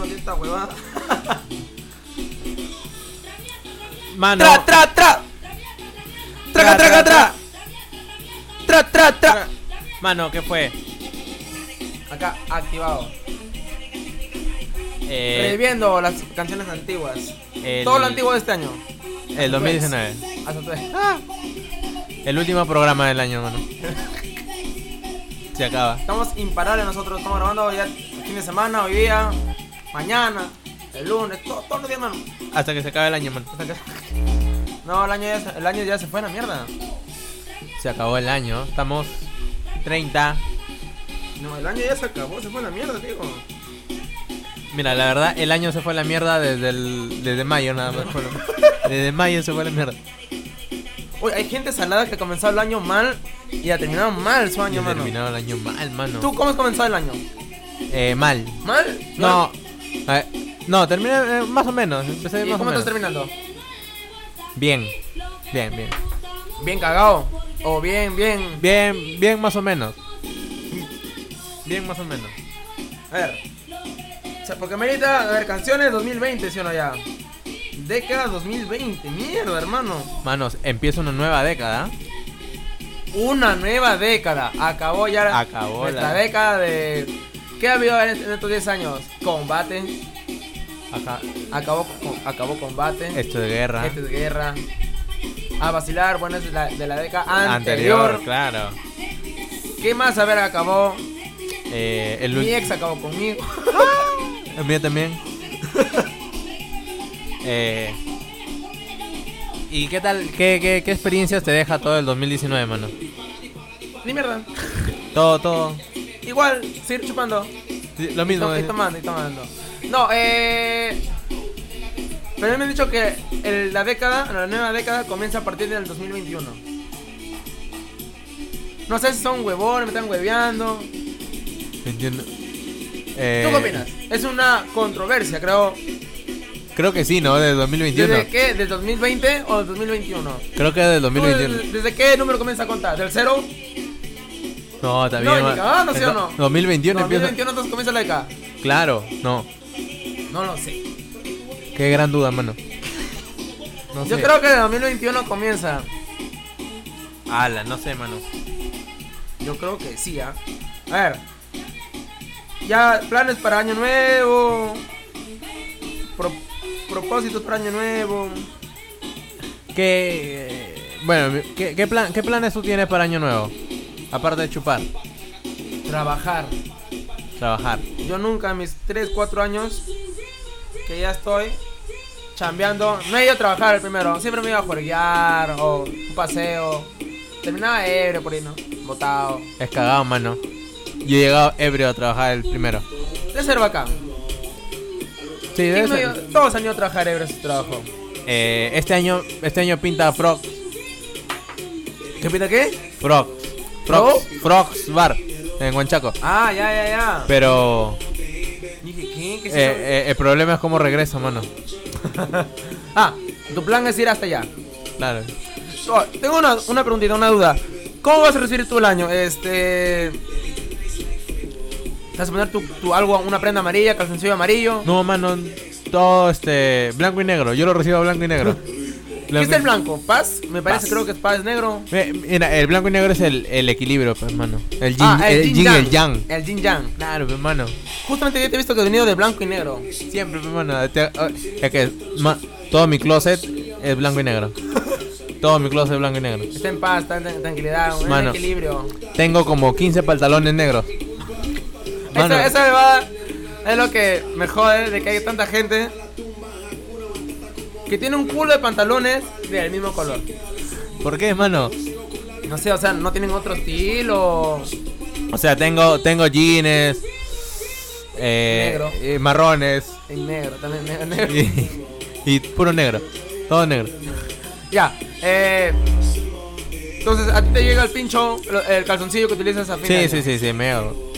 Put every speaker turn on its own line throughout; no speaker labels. salió esta huevada.
Mano.
Tra, tra, tra. Traca, traca, tra. Tra, tra, tra.
Mano, ¿qué fue?
Acá, activado.
Eh,
Reviviendo las canciones antiguas.
el-
Todo lo antiguo de este año. Pues,
El 2019.
Hasta tres.
El último programa del año, mano. Se acaba.
Estamos imparables nosotros, estamos grabando ya fin de semana, hoy día, mañana, el lunes, todo, todos los días, mano.
Hasta que se acabe el año, mano.
Hasta que- No, el año ya se, el año ya se fue a la mierda.
Se acabó el año. Estamos 30.
No, el año ya se acabó, se fue a la mierda, digo.
Mira, la verdad, el año se fue a la mierda desde, el, desde mayo, nada más. fue lo- Desde mayo se fue a la mierda.
Uy, hay gente salada que ha comenzado el año mal y ha terminado mal su
Y
año, mano.
terminado el año mal, mano.
¿Tú cómo has comenzado el año?
Eh, mal.
¿Mal?
No. eh, no, terminé eh, más o menos. Empecé
¿Y
más o
cómo
menos.
estás terminando?
Bien. Bien, bien.
Bien cagado. O bien, bien.
Bien, bien más o menos. Bien más o menos.
A ver. O sea, porque merita, a ver, canciones 2020, ¿sí o no ya? Década 2020, mierda, hermano.
Manos, empieza una nueva década.
Una nueva década. Acabó ya
Acabó
nuestra
la-
década de. ¿Qué ha habido en en estos 10 años? Combate.
Acá,
Acabó, co- acabó combate.
esto de guerra.
Esta es guerra. A vacilar, bueno, es de la, de la década anterior.
Anterior, claro.
¿Qué más? A ver, acabó.
Eh, el
Mi
ulti-
ex acabó conmigo.
El mío también. Eh, ¿Y qué tal? Qué, qué, ¿Qué experiencias te deja todo el 2019, mano?
Ni mierda.
Todo, todo.
Igual, seguir chupando.
Sí, Lo mismo.
No, y
eh.
tomando, y tomando. No, eh. Pero me han dicho que el- la década, la nueva década comienza a partir del 2021. No sé si son huevones, me están hueveando.
Entiendo. Eh,
¿Tú qué opinas? Es una controversia, creo.
Creo que sí, ¿no? Del 2021.
¿Desde qué? ¿Del 2020 o del 2021?
Creo que del 2021.
¿Tú, ¿Desde qué número comienza a contar? ¿Del 0?
No, también.
No, ni
man.
cagando, ¿sí o no?
2021 empieza.
2021 entonces comienza la década.
Claro, no.
No lo sé.
Qué gran duda, mano. No
Yo
sé.
creo que el 2021 comienza.
Ala, no sé, mano.
Yo creo que sí, ¿ah? A ver. Ya, planes para año nuevo. pro- propósitos para año nuevo.
¿Qué. eh, Bueno, ¿qué, qué plan, ¿qué planes tú tienes para Año Nuevo? Aparte de chupar,
Trabajar.
trabajar.
Yo nunca en mis 3, 4 años que ya estoy chambeando. No he ido a trabajar el primero. Siempre me iba a jueguear o un paseo. Terminaba ebrio por ahí, ¿no? Botado.
Es cagado, mano. Yo he llegado ebrio a trabajar el primero.
Debe ser bacán.
Sí,
¿Quién
debe
no ha
ser.
ido- Todos han ido a trabajar ebrio a su trabajo.
Eh, este año, este año pinta Frog,
¿Qué pinta qué?
Frog,
¿Frog?
Frogs, Frogs Bar en Huanchaco.
Ah, ya, ya, ya.
Pero
Dije, ¿qué? ¿Qué es eso?
eh, eh, el problema es cómo regreso, mano.
Ah, tu plan es ir hasta allá.
Claro.
Oh, tengo una, una preguntita, una duda. ¿Cómo vas a recibir tú el año? Este. ¿Te vas a poner tu, tu algo, una prenda amarilla, calzoncillo amarillo?
No, mano, todo este blanco y negro. Yo lo recibo blanco y negro.
¿Qué es
Blanco y-
el blanco? ¿Paz? Me parece,
Paz.
creo que es paz negro.
Eh, Mira, el blanco y negro es el, el equilibrio, pues, mano. El yin,
Ah,
el yin y el yang.
El yin yang.
Claro, pues, mano.
Justamente yo te he visto que has venido de blanco y negro.
Siempre, pues, mano. te- ah, es que ma- todo mi closet es blanco y negro. todo mi closet es blanco y negro.
Está en paz, está en tran- tranquilidad, en
Mano.
equilibrio.
Tengo como 15 pantalones negros. Mano,
Esa, esa huevada es lo que me jode de que hay tanta gente que tiene un culo de pantalones del mismo color.
¿por qué, mano?
No sé, o sea, no tienen otro estilo.
O sea, tengo, tengo jeans, eh,
Negro.
eh, marrones
En negro, también ne- negro.
y, y puro negro. Todo negro.
Ya, eh. Entonces, a ti te llega el pincho, lo- el calzoncillo que utilizas a fin de
Sí,
año?
sí, sí, sí, me hago.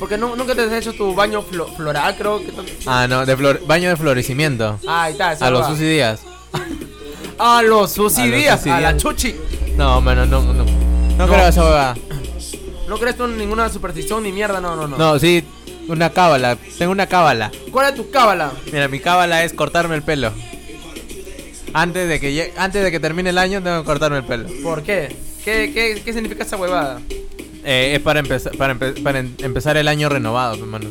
Porque nu- nunca te has hecho tu baño flo- floral, creo que. tal-
Ah, no, de flor- baño de florecimiento.
Ah, ahí está, esa
A los
va.
Susi Díaz.
A los Susi
A los
Díaz,
Susi
a la
Díaz.
chuchi.
No, mano, no, no. No creo esa huevada.
No crees tú en ninguna superstición ni mierda, no, no, no.
No, sí, Una cábala. Tengo una cábala.
¿Cuál es tu cábala?
Mira, mi cábala es cortarme el pelo. Antes de que llegue- antes de que termine el año tengo que cortarme el pelo.
¿Por qué? ¿Qué, qué, qué significa esa huevada?
Eh, es para empezar para, empe- para en- empezar el año renovado, hermano.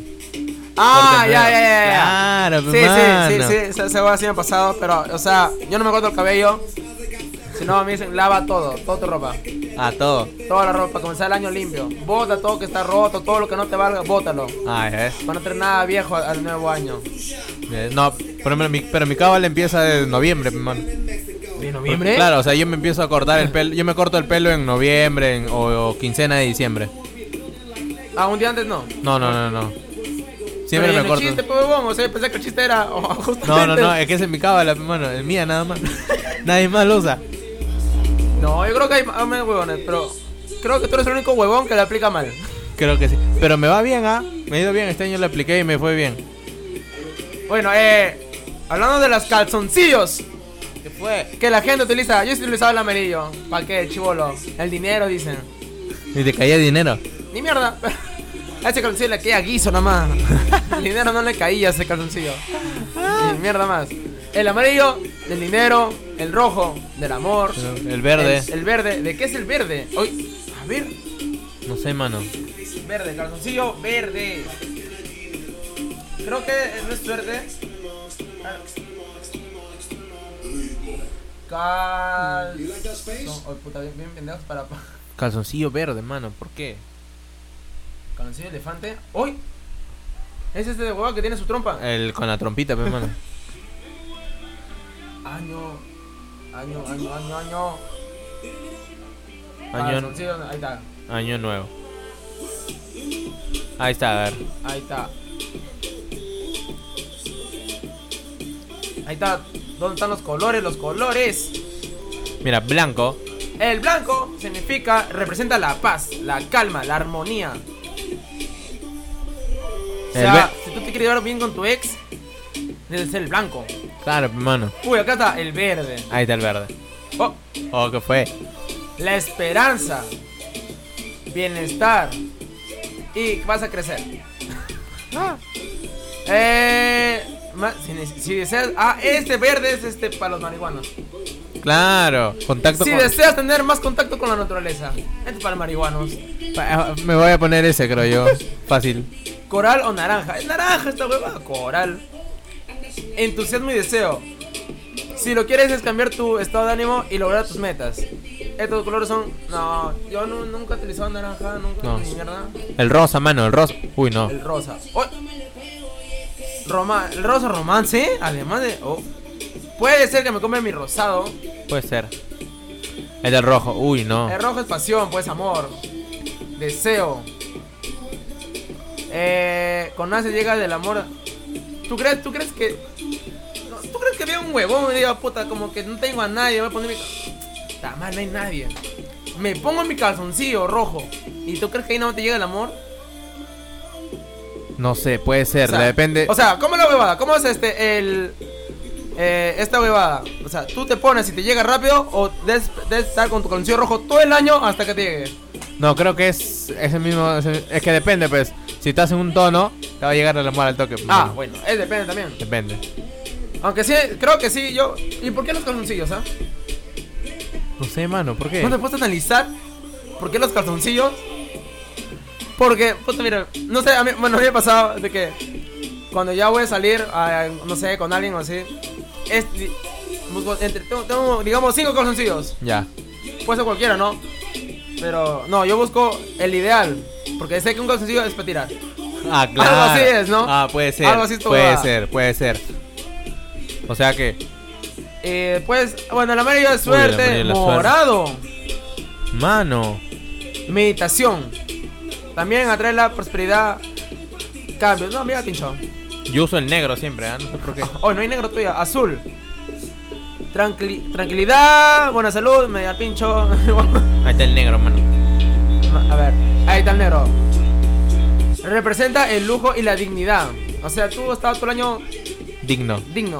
Ah, ya,
Corte el
ya,
pelo.
ya, ya.
Claro,
Sí, sí, sí,
hermano.
sí, esa esa huevada sí me ha pasado, pero, o sea, yo no me corto el cabello. Si no, me dicen, lava todo, toda tu ropa.
A todo.
Toda la ropa, comenzar el año limpio. Bota todo que está roto, todo lo que no te valga, bótalo.
Ah, ya ves.
Para no tener nada viejo al al nuevo año.
Eh, No, pero mi, pero mi cábala empieza desde noviembre, hermano.
¿De
Claro, o sea, yo me empiezo a cortar el pelo. Yo me corto el pelo en noviembre en- o, o quincena de diciembre.
Ah, un día antes no.
No, no, no, no. Siempre
Pero ya
me
no es chiste,
corto.
pues, huevón, o sea, pensé que el chiste era oh,
No, no,
justamente-
no, es que esa es mi cábala, hermano. Es mía nada más. Nadie más lo usa.
No, yo creo que hay más o menos huevones, pero creo que tú eres el único huevón que le aplica mal.
Creo que sí. Pero me va bien, ¿ah? Me ha ido bien. Este año lo apliqué y me fue bien.
Bueno, eh, hablando de los calzoncillos
¿Qué fue?
que la gente utiliza, yo sí utilizaba el amarillo. ¿Para qué, chivolo? El dinero, dicen.
Y te caía dinero.
Ni mierda. A ese calzoncillo le caía guiso nomás. El dinero no le caía a ese calzoncillo. Ni mierda más. El amarillo del dinero, el rojo del amor,
El verde.
El, el verde, ¿de qué es el verde? Hoy, a ver,
No sé, mano.
verde, calzoncillo verde. Creo que eh, no es verde. Ah. Cal. No, oh, puta, bien, bien pendejos para.
Calzoncillo verde, mano. ¿Por qué?
Calzoncillo elefante. ¡Uy! Es este de huevo que tiene su trompa.
El con la trompita, pues, mano.
Año, año, año, año, año.
Año,
Calzoncillo, ahí está,
año nuevo. Ahí está, a ver.
ahí está. Ahí está. ¿Dónde están los colores? Los colores.
Mira, blanco.
El blanco significa, representa la paz, la calma, la armonía. O
El
sea, si tú te quieres llevar bien con tu ex, debes ser el blanco.
Claro, pues, mano.
Uy, acá está el verde.
Ahí está el verde.
Oh,
Oh, ¿qué fue?
la esperanza, bienestar y vas a crecer. Ah. Eh, ma- si, ne- si deseas, ah, este verde es este para los marihuanos.
Claro. Contacto
Si
con...
deseas tener más contacto con la naturaleza, este es para marihuanos.
Pa- eh, Me voy a poner ese, creo yo. Fácil.
Coral o naranja. Es naranja esta hueva. Coral. Entusiasmo y deseo. Si lo quieres es cambiar tu estado de ánimo y lograr tus metas. Estos colores son. No, yo nu- nunca he utilizado naranja, nunca.
No.
ni mierda.
El rosa, mano. El rosa. Uy, no.
El rosa. ¡Oh! Roma, el rosa romance, además de. oh. Puede ser que me come mi rosado.
Puede ser. El del rojo. Uy, no.
El rojo es pasión, pues amor. Deseo. Eh, con nada se llega del amor. ¿Tú crees, tú crees que.? no, ¿Tú crees que vea un huevón y diga, puta, como que no tengo a nadie? Voy a poner mi. ca- Ta madre, no hay nadie. Me pongo mi calzoncillo rojo. ¿Y tú crees que ahí no te llega el amor?
No sé, puede ser.
O sea,
Depende.
O sea, ¿cómo es la huevada? ¿Cómo es este, el. eh, esta huevada? O sea, tú te pones y te llega rápido o debes, debes estar con tu calzoncillo rojo todo el año hasta que te llegue.
No, creo que es ese mismo. ese- Es que depende, pues. Si estás en un tono, te va a llegar el amor al toque.
Ah,
Bueno,
bueno, es depende también.
Depende.
Aunque sí, creo que sí, yo. ¿Y por qué los calzoncillos, ah?
No sé, mano, ¿por qué?
¿No te puedes analizar por qué los calzoncillos? Porque, puta, mira, no sé, a mí, bueno, a mí me ha pasado de que cuando ya voy a salir, a- no sé, con alguien o así, es, di- busco entre- tengo, tengo, digamos, cinco calzoncillos.
Ya.
Puede ser cualquiera, ¿no? Pero, no, yo busco el ideal, porque sé que un calzoncillo es para tirar.
Ah, claro.
Algo así es, ¿no?
Ah, puede ser.
Algo así es tu
puede
huevada.
ser, puede ser. O sea que.
Eh, pues, bueno, el amarillo es
Uy, el
suerte,
amarillo es la suerte.
morado.
Mano.
Meditación. También atrae la prosperidad. Cambio. No, mira, pincho.
Yo uso el negro siempre, ¿ah? No sé por qué.
Oh, no hay negro tuyo. Azul. Tranquili- tranquilidad. Buena salud. Media pincho.
Ahí está el negro, mano.
A ver. Ahí está el negro. Representa el lujo y la dignidad. O sea, tú has estado todo el año
Digno.
digno.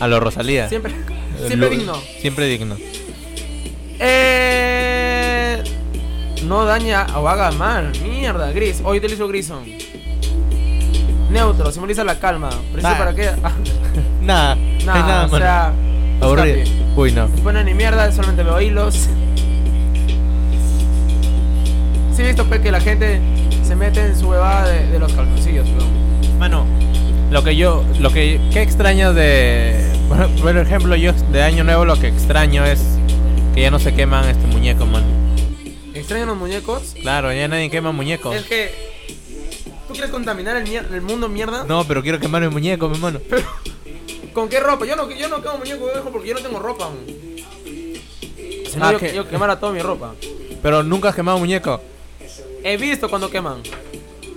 A lo Rosalía.
Siempre,
Eh,
siempre
lo-
digno.
Siempre digno.
Eh, no daña o haga mal. Mierda, gris. Hoy utilizo gris. Neutro, simboliza la calma. ¿Pero eso
Nah.
para qué? Ah,
Nada, no hay
nada,
nada,
o
mano.
sea.
Aburrido.
escape.
Uy, no.
Bueno, ni mierda, solamente veo hilos. Sí, he visto pe, que la gente se mete en su huevada de, de los calzoncillos, weón.
Mano, lo que yo, lo que, qué extraño de, por, por ejemplo, yo de Año Nuevo lo que extraño es que ya no se queman este muñeco, mano.
¿Extrañan los muñecos?
Claro, ya nadie quema muñecos.
Es que. ¿Tú quieres contaminar el, mier- el mundo mierda?
No, pero quiero quemar el muñeco, mi mano.
¿Con qué ropa? Yo no, yo no quemo muñeco viejo porque yo no tengo ropa. weón. Si no,
Ah,
yo,
que-
yo quemara toda mi ropa.
Pero nunca has quemado muñeco.
He visto cuando queman.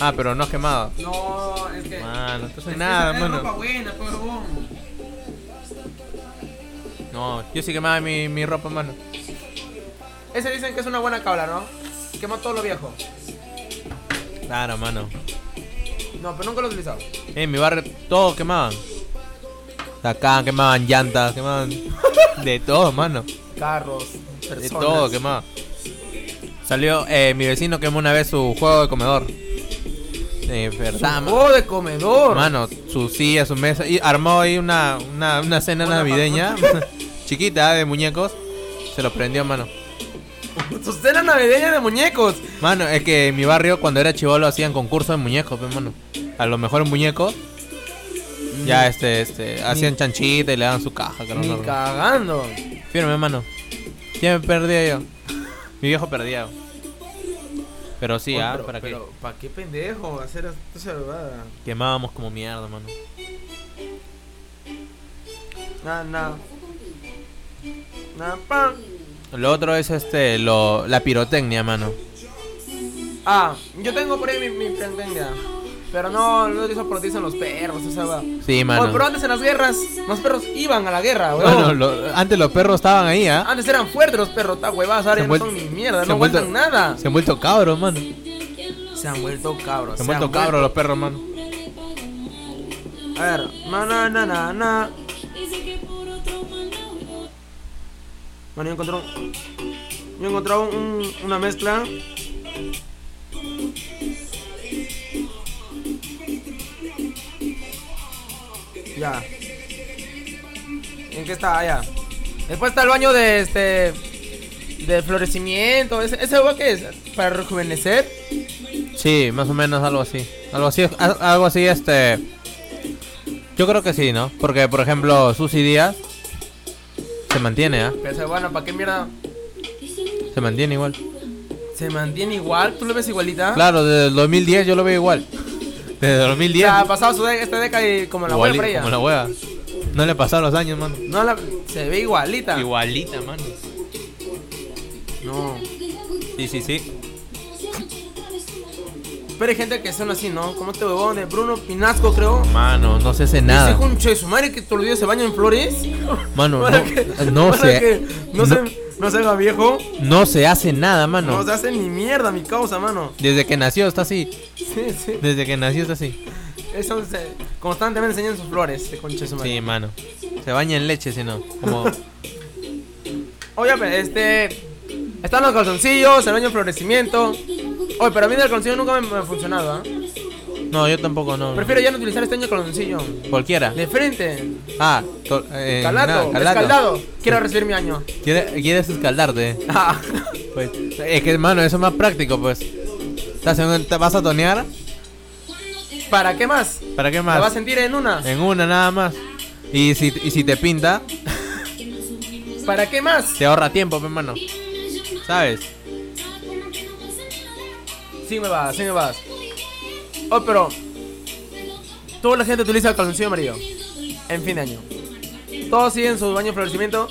Ah, pero no has quemado.
No, es que.
Mano, entonces nada, mano.
buena, pues,
No, yo sí quemaba mi, mi ropa, mano.
Ese dicen que es una buena cabra, ¿no? Quema todo lo viejo.
Claro, mano.
No, pero nunca lo he utilizado.
En mi barrio todo quemaban. Sacaban, quemaban llantas, quemaban de todo, mano.
Carros, personas.
De todo quemaba. Salió, eh, mi vecino quemó una vez su juego de comedor. Eh, verdad, mano.
Oh, de comedor.
Mano, su silla, su mesa. Y armó ahí una, una, una cena
Una
navideña. chiquita, ¿eh? de muñecos. Se lo prendió, mano.
Su cena navideña de muñecos.
Mano, es que en mi barrio cuando era chivolo hacían concursos de muñecos, pues, mano. A lo mejor un muñeco. Ya, este, este, hacían chanchita y le daban su caja. que no
Ni
me acuerdo.
cagando.
Firme, mano. Ya me perdía yo. Mi viejo perdía. Pero sí,
Oye,
ah,
pero,
para que
pero, ¿pa' qué pendejo hacer esa huevada?
quemábamos como mierda, mano.
Nada, nada. Nada, pam.
Lo otro es este, lo, la pirotecnia, mano.
Ah, yo tengo por ahí mi, mi prendenda. Pero no, no eso utilizan los perros, esa va.
Sí, mano.
pero antes en las guerras, los perros iban a la guerra, weón.
Mano, lo- antes los perros estaban ahí, ¿ah?
Antes eran fuertes los perros, ta huevadas, ahora
Se
ya
han
no
vuelto-
son ni mierda,
se
no
han vuelto-
aguantan nada.
Se han vuelto cabros, mano.
Se han vuelto cabros.
Se han vuelto cabros los perros, mano.
A ver, na na na na na. Bueno, yo encontré un- Yo encontré un- un- una mezcla. Ya. ¿En qué está? Allá. Después está el baño de este. De florecimiento. ¿Ese, ese huevo qué es? ¿Para rejuvenecer?
Sí, más o menos algo así. Algo así, al- algo así, este. Yo creo que sí, ¿no? Porque, por ejemplo, Susy Díaz se mantiene, ¿ah?
Pero ese bueno, ¿para qué mierda?
Se mantiene igual.
¿Se mantiene igual? ¿Tú lo ves igualita?
Claro, desde el 2010 yo lo veo igual. Desde el
O
2010.
sea, ha pasado su de- esta década y Ah, como la
igual-
hueá para ella.
como la hueva. No le pasaron los años, mano.
No la- se ve igualita.
Igualita, mano.
No.
Sí, sí, sí.
Pero hay gente que son así, ¿no? Como este huevón de Bruno Pinasco, creo.
Mano, no se hace
Ese
nada.
conche de su madre que todos los días se baña en flores.
Mano,
Para
no,
que-
no
para que
se.
No,
no-
se. No se haga viejo.
no se hace nada,
No.
mano.
se hace ni mierda mi causa, mano.
Desde que nació está así.
Sí, sí.
Desde que nació está así.
Eso se- constantemente enseñan sus flores, este conche de su madre.
Sí, mano. Se baña en leche, si no. Como.
Obviamente, este. Están los calzoncillos, el baño de florecimiento. Oye, pero a mí el calzoncillo nunca me me ha funcionado, ¿ah?
No, yo tampoco, no.
Prefiero ya no utilizar este año calzoncillo.
Cualquiera.
De frente.
Ah, to- eh,
Calato,
nada, calato.
escaldado. Quiero recibir mi año.
Quiere- Quieres escaldarte.
Ah,
Pues, es que, mano, eso es más práctico, pues. Estás en un- te vas a tonear.
¿Para qué más?
¿Para qué
¿La vas a
más?
sentir en una?
En una nada más. Y si, y si te pinta, Eh.
¿Para qué más?
te ahorra tiempo, pues, mano. ¿Sabes?
Sí me vas, sí me vas. Oh, pero toda la gente utiliza el calzoncillo amarillo en fin de año. Todos siguen su baño de florecimiento.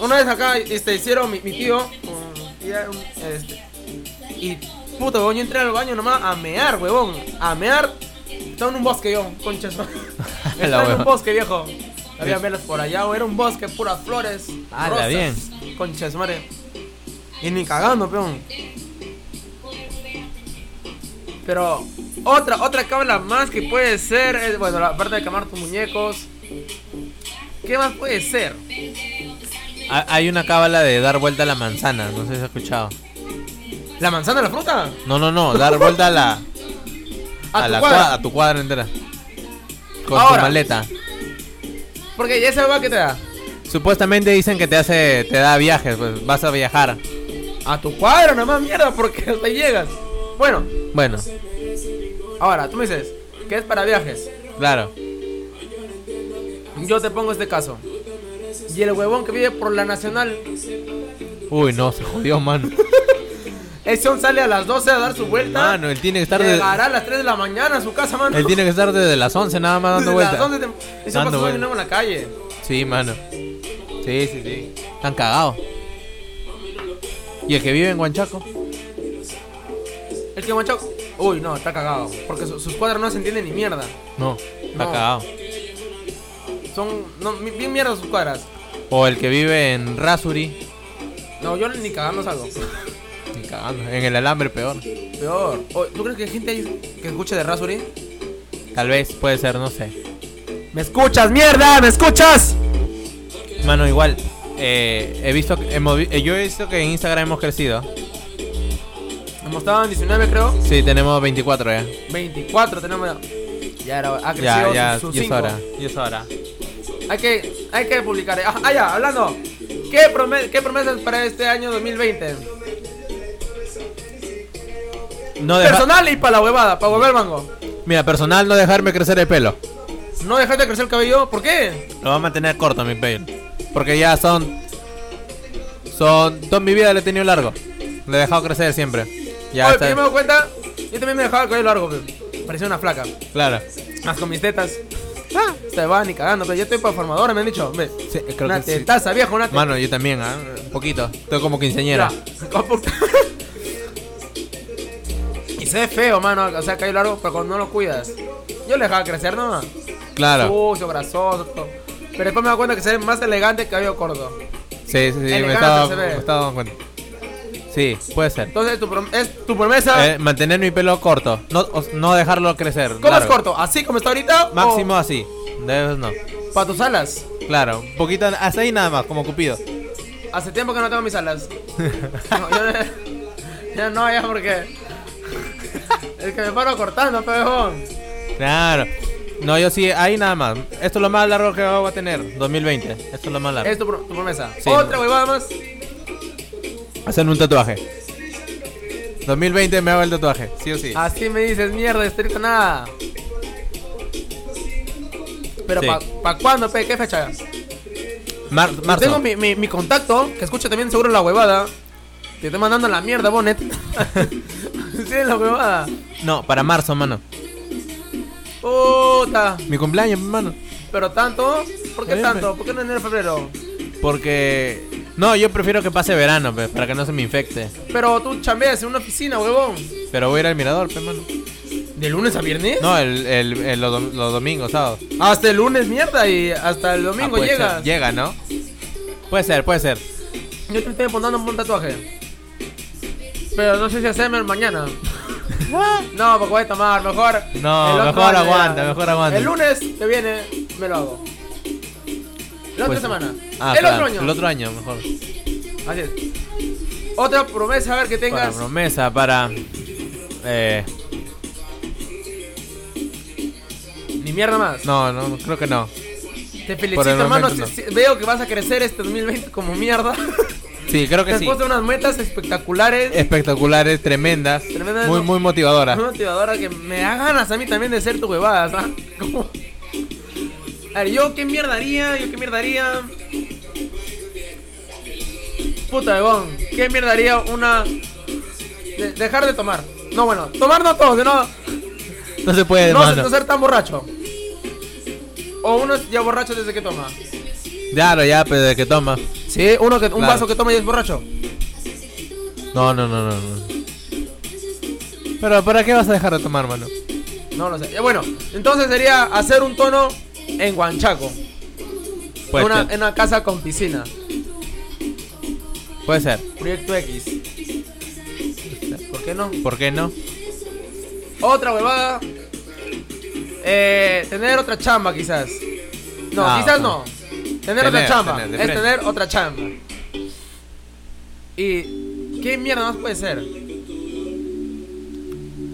Una vez acá este, hicieron mi, mi tío un tía, un- este, y puto huevón, yo entré al baño nomás a mear, huevón, a mear. Estaba en un bosque yo, conchas. Estaba en
hueva.
un bosque viejo. Había velas por allá, o era un bosque, puras flores.
Ala,
rosas,
Ah, bien.
Conchas, madre. Y ni cagando, peón. Pero otra, otra cámara más que puede ser, es, bueno, la parte de quemar tus muñecos. ¿Qué más puede ser?
Ha- Hay una cábala de dar vuelta a la manzana. No sé si has escuchado.
¿La manzana, la fruta?
No, no, no. Dar vuelta a la.
A
A,
tu
la
cuadra.
cuadra, a tu cuadra entera. Con
Ahora.
tu maleta.
Porque ya esa va que te da.
Supuestamente dicen que te hace, te da viajes, pues vas a viajar.
A tu cuadro nomás mierda porque hasta ahí llegas. Bueno,
Bueno,
ahora tú me dices que es para viajes.
claro.
Yo te pongo este caso. Y el huevón que vive por la nacional,
Uy, no, se jodió, mano.
ese hombre sale a las 12 a dar su vuelta.
Mano, él tiene que estar de-
Llegará a las 3 de la mañana a su casa, mano.
Él tiene que estar desde las 11 nada más dando
Desde las 11
vueltas.
tem- Y se pasa
Dando
todo el
vueltas.
nuevo en la calle.
Sí, mano. Sí, sí, sí. Están cagados. ¿Y el que vive en Huanchaco?
El que guancho. Uy, no, está cagado. Porque su- sus cuadros no se entienden ni mierda.
No, está
No.
cagado.
Son no, mi- bien mierda sus cuadras.
O el que vive en Rasuri.
No, yo ni cagando salgo.
Ni cagando. En el alambre peor.
Peor. Oye, ¿Tú crees que hay gente ahí que escuche de Rasuri?
Tal vez, puede ser, no sé.
¡Me escuchas, mierda! ¡Me escuchas!
Mano, igual. eh, he visto, que- hemos vi- eh, yo he visto que en Instagram hemos crecido.
Hemos estado en 19, creo.
Sí, tenemos 24 ya.
24 tenemos. Ya era, ha crecido
Ya, ya,
sus
y es
5.
hora. Y es hora.
Hay que, hay que publicar. Ah, ah, ya, hablando. ¿Qué, prome- ¿Qué promesas para este año 2020?
No deja-
Personal y para la huevada, para volver mango.
Mira, personal, no dejarme crecer el pelo.
No dejaste de crecer el cabello, ¿por qué?
Lo va a mantener corto mi pelo. Porque ya son. Son. Toda mi vida le he tenido largo. Le he dejado crecer siempre. Ya
Oye,
está.
yo me doy cuenta, yo también me dejaba el cabello largo, pe. parecía una flaca.
Claro.
Más con mis tetas. Ah, se van ni cagando, pero yo estoy para formadora, me han dicho. Ve,
Sí, creo
una
que sí.
tetaza, viejo, una tetaza.
Mano, yo también, ¿ah? Un poquito. Estoy como quinceañera.
y se ve feo, mano, o sea, cabello largo, pero cuando no lo cuidas. Yo le dejaba crecer nomás.
Claro.
Sucio, grasoso, todo. Pero después me doy cuenta que se ve más elegante el cabello corto.
Sí, sí, sí. Me
Elegante
estaba,
se ve.
me estaba dando cuenta. Sí, puede ser.
Entonces, tu prom- es tu promesa.
Eh, mantener mi pelo corto. No, o- no dejarlo crecer.
¿Cómo
largo.
es corto? ¿Así como está ahorita? o
Máximo así. Debes no.
Para tus alas.
Claro. Un poquito. Hasta ahí nada más, como Cupido.
Hace tiempo que no tengo mis alas. No, yo no, ya no, ya porque. Es que me paro cortando, pebón.
Claro. No, yo sí, ahí nada más. Esto es lo más largo que voy a tener, 2020. Esto es lo más largo.
Es tu, pro- tu promesa.
Sí.
Otra huevada más.
Hacer un tatuaje. 2020 me hago el tatuaje, sí o sí.
Así me dices, mierda, estricto nada. Pero
Sí.
¿para cuándo, pe? ¿Qué fecha?
Mar- marzo.
Tengo mi, mi- mi contacto, que escucha también seguro la huevada. Te estoy mandando a la mierda, Bonet. sí, la huevada.
No, para marzo, mano.
Puta.
Mi cumpleaños, mano.
Pero tanto, ¿por qué
Noviembre.
tanto? ¿Por qué no enero, febrero?
Porque... No, yo prefiero que pase verano, pues, para que no se me infecte.
Pero tú chambeas en una oficina, huevón.
Pero voy a ir al mirador, pues, mano.
¿De lunes a viernes?
No, el, el, el- los, dom- los domingos, sábados.
Hasta el lunes, mierda, y hasta el
Ah,
domingo
puede ser.
llegas.
Llega, ¿no? Puede ser, puede ser.
Yo te estoy poniendo un buen tatuaje. Pero no sé si hacerme el mañana. no, porque voy a tomar, mejor.
No,
el otro
mejor
año
aguanta, mejor aguanta.
El lunes que viene me lo hago. La
Puede
otra
ser.
semana.
Ah,
el
claro,
otro año.
El otro año, mejor.
Así es. Otra promesa, a ver que
Para
tengas.
promesa, para. Eh,
Ni mierda más.
no, no, creo que no.
Te felicito,
el
hermano.
momento
si- si- veo que vas a crecer este 2020 como mierda.
Sí, creo
Te
que
has
Pues sí. Eh,
puesto unas metas espectaculares.
Espectaculares, tremendas.
Tremendas,
muy,
¿no?
muy
Es una
motivadoras.
motivadora que me da ganas a mí también de ser tu huevada, ¿sabes? Como- A ver, yo qué mierda haría, yo qué mierda haría. Puta huevón, qué mierda haría una. de- dejar de tomar. No, bueno, tomar no todo, sino
No se puede,
no, ser-
mano.
no ser tan borracho. O uno es ya borracho desde que toma.
Claro, ya, pero de que toma.
Sí, uno que un
Claro.
vaso que toma y es borracho.
No, no, no, no, no. Pero, ¿para qué vas a dejar de tomar, mano?
No lo sé. Ya, Bueno, entonces sería hacer un tono en Huanchaco.
Puede,
Una-
ser.
en una casa con piscina. eh.
puede ser.
Proyecto X. ¿Por qué no?
¿Por qué no?
Otra huevada. Eh, tener otra chamba, quizás. No,
Ah,
quizás no.
no.
Tener, otra
Tener,
chamba.
tener, de
es
frente.
tener otra chamba. ¿Y qué mierda más puede ser?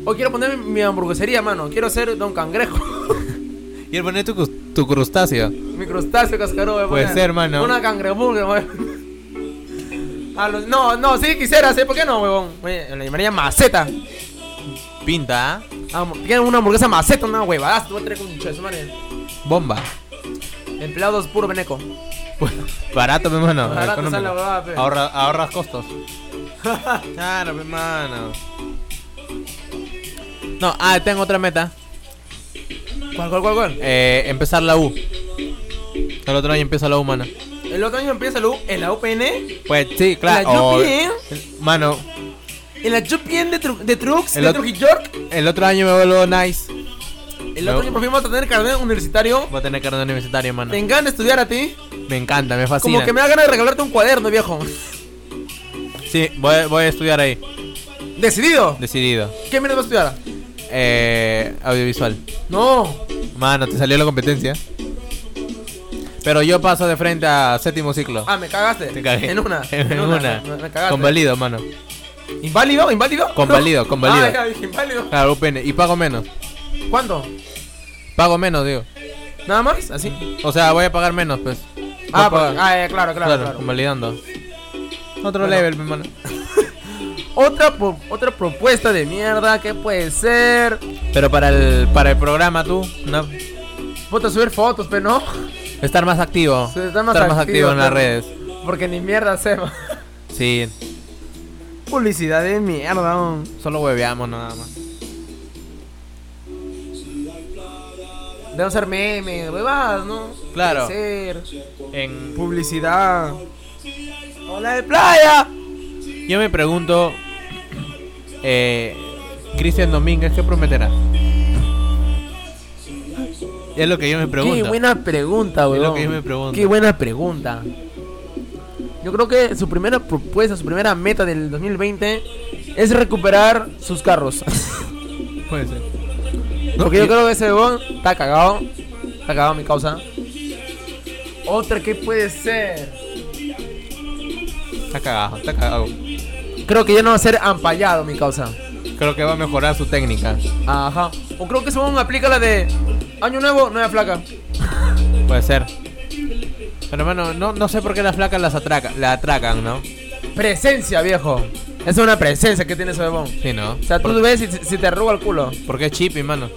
Hoy quiero poner mi, mi hamburguesería, mano. Quiero ser Don Cangrejo.
Quiero poner tu, crus- tu crustáceo.
mi crustáceo cascarón. voy a
Puede
poner.
ser, mano.
pues. Una cangreburger, weón. A los- No, no, sí quisiera, sí. ¿Por qué no, huevón? Oye, Le llamaría maceta.
Pinta, ¿ah?
Vamos, quiero una hamburguesa maceta, una huevada. Te voy a traer con su madre.
Bomba.
Empleados puro veneco.
Pues, Barato, mi mano.
Barato
económico.
sale la huevada, pe.
Ahorra- ahorras costos. claro, mi mano. No, ah, tengo otra meta.
¿Cuál, cuál, cuál, cuál?
Eh, empezar la U. El otro año empieza la U, mano.
El otro año empieza la U- en la UPN.
Pues sí, claro.
La
o-
UPN.
Mano,
En la UPN de, Tru- de Trux,
El
de
otro-
Trujillo.
el otro año me vuelvo nice.
El
No.
otro año por fin vamos a tener carnet universitario.
Voy a tener carrera universitaria, mano.
Te encanta estudiar a ti.
Me encanta, me fascina.
Como que me da ganas de regalarte un cuaderno, viejo.
Sí, voy, voy a estudiar ahí.
Decidido.
Decidido.
¿Qué mierda vas a estudiar?
Eh, audiovisual.
No.
Mano, te salió la competencia. Pero yo paso de frente a séptimo ciclo.
Ah, me cagaste.
Te cagué.
En una.
En, una.
Me, me cagaste.
Convalido, mano.
¿Inválido? ¿Inválido?
Convalido,
No.
convalido.
Ah, ya dije inválido.
Claro, UPN. Y pago menos.
¿Cuánto?
Pago menos, digo.
¿Nada más? ¿Así?
O sea, voy a pagar menos, pues. Voy
Ah,
a pagar.
pues, ah, ya, claro, claro,
claro,
claro.
convalidando. Otro
Bueno.
level, mi mano.
Otra, pro- otra propuesta de mierda que puede ser.
Pero para el, para el programa, tú, no.
Voy a subir fotos, pero no.
Estar más activo.
Sí, estar más activo,
activo en las
claro.
redes.
Porque ni mierda hacemos.
Sí,
Publicidad de mierda, man.
solo hueveamos nada más.
Deben ser memes, huevadas, ¿no?
Claro.
Deben ser.
En-
Publicidad. Hola de playa.
Yo me pregunto, eh, Cristian Domínguez, ¿qué prometerá? Es lo que yo me
Qué
pregunto.
buena pregunta,
Es
weón.
lo que yo me pregunto.
Qué buena pregunta. Yo creo que su primera propuesta, su primera meta del 2020 es recuperar sus carros.
Puede ser.
Porque yo creo que ese weón está cagado. Está cagado mi causa. Otra que puede ser.
Está cagado, está cagado.
Creo que ya no va a ser ampallado mi causa.
Creo que va a mejorar su técnica.
Ajá. O creo que ese weón aplica la de año nuevo, nueva flaca.
Puede ser. Pero hermano, no, no sé por qué las flacas las atraca, la atracan, ¿no?
Presencia, viejo. Es una presencia que tiene ese weón.
Sí, ¿no?
O sea, tú
Por-
ves si, si te arruga el culo.
Porque es chippy, mano.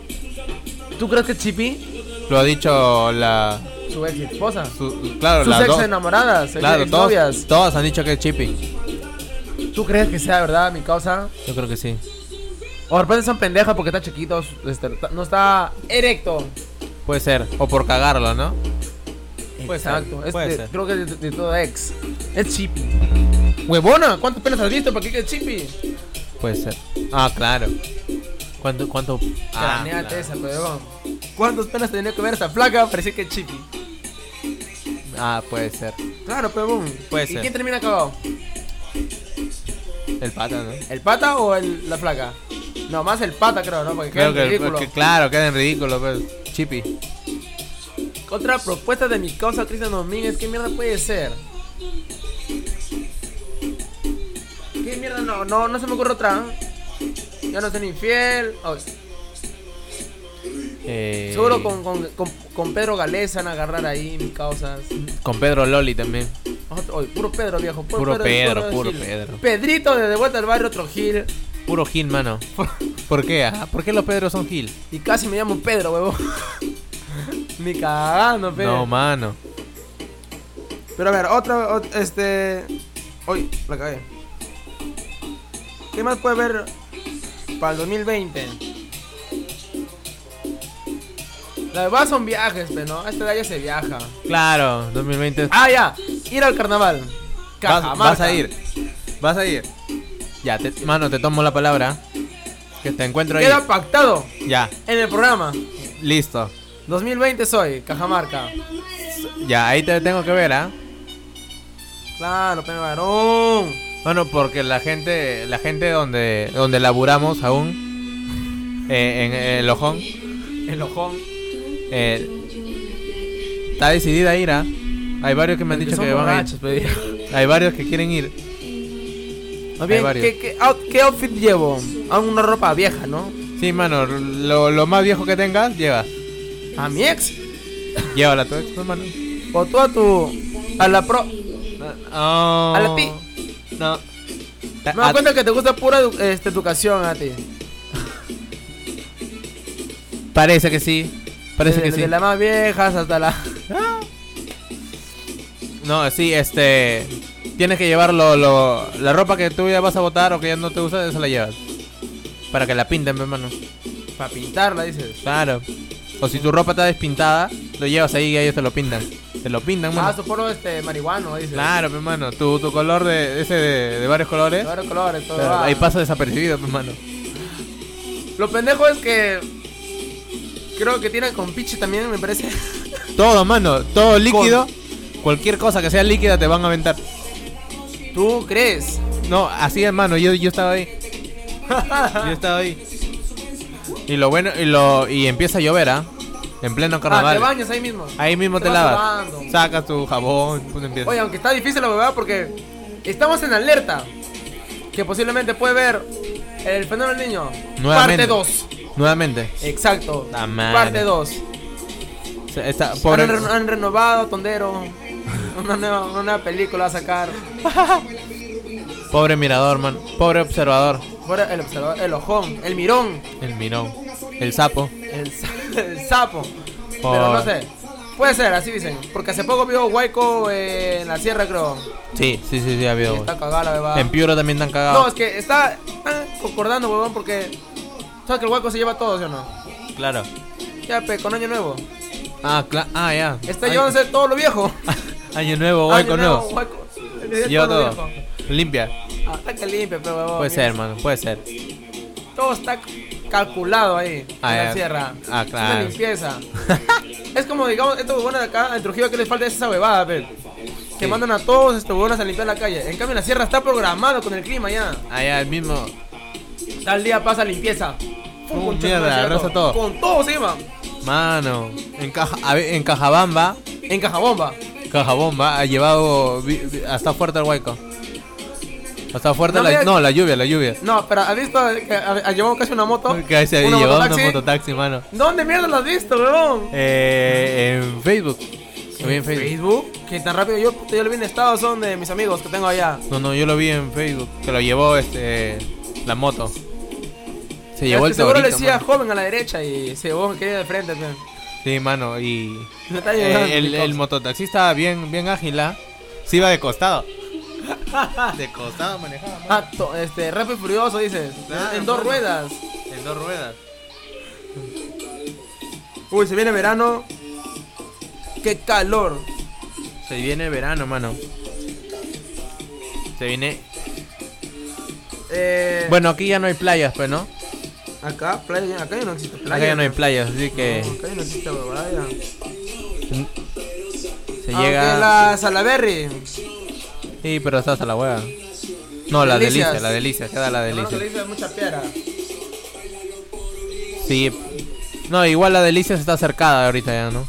¿Tú crees que Chippy,
Lo ha dicho la...
su ex esposa,
su- claro,
sus
las
ex
dos.
enamoradas,
Claro,
ex novias,
todos, todos han dicho que es chippy.
¿tú crees que sea verdad mi causa?
Yo creo que sí.
O de repente son pendejas porque está chiquito, este, no está erecto.
Puede ser. O por cagarlo, ¿no? Puede
Pues,
ser,
Exacto, es
puede
de-
ser.
creo que de, de toda ex. Es Chippy. Huevona, ¿cuántos pelos has visto para que quede Chippy?
Puede ser. Ah, claro. ¿Cuánto? cuánto? Ah,
Craneate
claro.
esa, huevón. ¿Cuántos pelos tenía que ver esa flaca? Parecía que es Chippy.
Ah, puede ser.
Claro, huevón.
Puede
¿Y
ser.
quién termina acabado?
El pata, ¿no?
¿El pata o el- la flaca? No, más el pata creo, ¿no? Porque
Creo
queda
que,
ridículo.
que- claro, queda en ridículo, pero Chippy.
Otra propuesta de mi causa Cristian Domínguez, ¿qué mierda puede ser? ¿Qué mierda? No, no, no se me ocurre otra. Ya no soy infiel. Ay,
Eh,
Seguro con, con, con, con Pedro Galés van a agarrar ahí mis causas.
con Pedro Loli también.
Otro- ay, puro Pedro, viejo.
Puro Pedro, puro
Gil.
Pedro.
Pedrito de, De vuelta al barrio, otro Gil.
Puro Gil, mano. ¿Por qué? ah? ¿Por qué los Pedros son Gil?
Y casi me llamo Pedro, huevo. Ni cagando, Pedro.
No, mano.
Pero a ver, otra, ot- este... Uy, la cagué. ¿Qué más puede haber para el 2020? La verdad son viajes, pero ¿no? A esta edad ya se viaja.
Claro, 2020.
Ah, ya, ir al carnaval.
vas,
Cajamarca.
vas a ir. Vas a ir. Ya, te- mano, te tomo la palabra. Que te encuentro ahí.
Queda pactado
Ya,
en el programa.
listo.
2020 soy, Cajamarca.
Ya, ahí te tengo que ver, ¿ah?
Claro, pero varón.
Bueno, porque la gente, la gente donde, donde laburamos aún, eh, en, el ojón,
El ojón.
eh, está decidida a ir, ¿ah? Hay varios que me han
Que
dicho
son
que van a
borrachos,
ir.
pe, viejo.
Hay varios que quieren ir.
Más bien,
varios.
¿qué, qué, out- qué outfit llevo? a una ropa vieja, ¿no?
Sí, mano, lo, lo más viejo que tengas, lleva.
A mi ex.
Llévala a tu ex, no, mano.
O tú a tu. A la pro.
Eh, No.
A la pi.
No. Ah,
Me doy cuenta que te gusta pura edu- este, educación a ti.
Parece que sí. Parece
Desde-
que sí.
Desde las más viejas hasta la.
No, sí, este. Tienes que llevar lo- lo- la ropa que tú ya vas a botar o que ya no te usas, esa la llevas. Para que la pinten, mi hermano.
Para pintarla, dices.
Claro. O si tu ropa está despintada, lo llevas ahí y ellos te lo pintan. Te lo pintan,
Ah,
mano.
supongo este marihuano, dices.
Claro, mi hermano. Tu, tu color de ese de, de varios colores.
Claro, colores, todo.
claro,
ah.
ahí pasa desapercibido, pues, mi hermano.
Lo pendejo es que. Creo que tiene con pinche también, me parece.
Todo, mano. Todo líquido. Cualquier cosa que sea líquida te van a aventar.
¿Tú crees?
No, así hermano, yo, yo estaba ahí. Yo estaba ahí. Y lo bueno, y lo y empieza a llover, ¿ah? En pleno
Ah, te
carnaval.
bañas ahí mismo.
Ahí mismo
Te
te,
vas
lavas.
lavando.
Sacas tu jabón, puta, empieza.
Oye, aunque está difícil la huevada porque estamos en alerta. Que posiblemente puede ver el fenómeno del niño. Parte
Nuevamente.
2.
Nuevamente.
Exacto.
La madre.
Parte 2.
O sea, Esta,
Han,
pobre,
re- han renovado, tondero. Una nueva, una nueva película va a sacar.
pobre mirador, man. Pobre observador.
Fuera el observador, el ojón, el mirón,
El mirón. El sapo.
el, sa- el sapo. Pero
Por-
no sé. Puede ser, así dicen. Porque hace poco vio Huayco eh, en la sierra, creo.
Sí, sí, sí, sí,
Y
ha habido.
está cagada la bebada.
En Piura también están
No,
cagados.
es que está están concordando, huevón, porque. ¿Sabes que el Huayco se lleva todo, sí o no?
claro.
Ya, pe, con año nuevo.
Ah, cla- ah, ya.
Está
Año-
llevándose todo lo viejo.
Año nuevo, hueco
Año
nuevo.
hueco. Le dio
Lleva
todo lo
todo.
viejo.
Limpia.
Ah, está que limpia, pero huevón.
Puede
mira.
ser, mano, puede ser.
Todo está calculado ahí.
Ah,
en la
ya.
sierra.
Ah,
Es una
claro.
limpieza. es como, digamos, estos huevones de acá, en Trujillo, que les falta es esa huevada, pe. Que
Sí.
mandan a todos estos huevones a limpiar la calle. En cambio, en la sierra está programado con el clima ya.
Allá el mismo.
Tal día pasa limpieza. Fum, con
Uh,
chorizo,
mierda,
¿cierto?
arrasa todo.
Con todo se iba.
Mano, en, caja, a ver, en Cajabamba,
En cajabomba.
Cajabomba ha llevado vi- vi- hasta fuerte el hueco. Hasta fuerte
No
la,
me-
no, la lluvia, la lluvia.
No, pero ¿has visto que ha- ha llevado casi una moto?
Que ahí se había
Una
llevado
mototaxi?
una mototaxi, mano.
¿Dónde mierda lo has visto, huevón?
Eh, en Facebook. Lo vi en Facebook.
Facebook? Que tan rápido yo, puta, yo lo vi en estado, son de mis amigos que tengo allá.
No, no, yo lo vi en Facebook. Que lo llevó este la moto. Se llevó el
Este seguro le
torito,
decía
mano.
joven a la derecha y se vos quería de frente. pe.
Sí, mano, y.
Le está
eh,
llegando
el,
mi cosa.
el mototaxista bien, bien ágil, ¿ah? Se iba de costado. De costado manejaba, mano.
Ah, to- este, rápido y furioso, dices.
Claro,
en dos
mano.
ruedas.
En dos ruedas.
Uy, se viene verano. Qué calor.
Se viene el verano, mano. Se viene.
Eh,
Bueno, aquí ya no hay playas, pues, ¿no?
acá, playa, acá ya no existe playa.
Acá ya no hay playas, así que
Acá ya no existe playa.
se llega.
Ah, la Salaberry.
Sí, pero está hasta la hueva. No, la
Delicias.
delicia, la delicia, queda la
Hermano, que
delicia.
le dice mucha piedra.
Sí. No, igual la delicia está cercada ahorita ya, ¿no?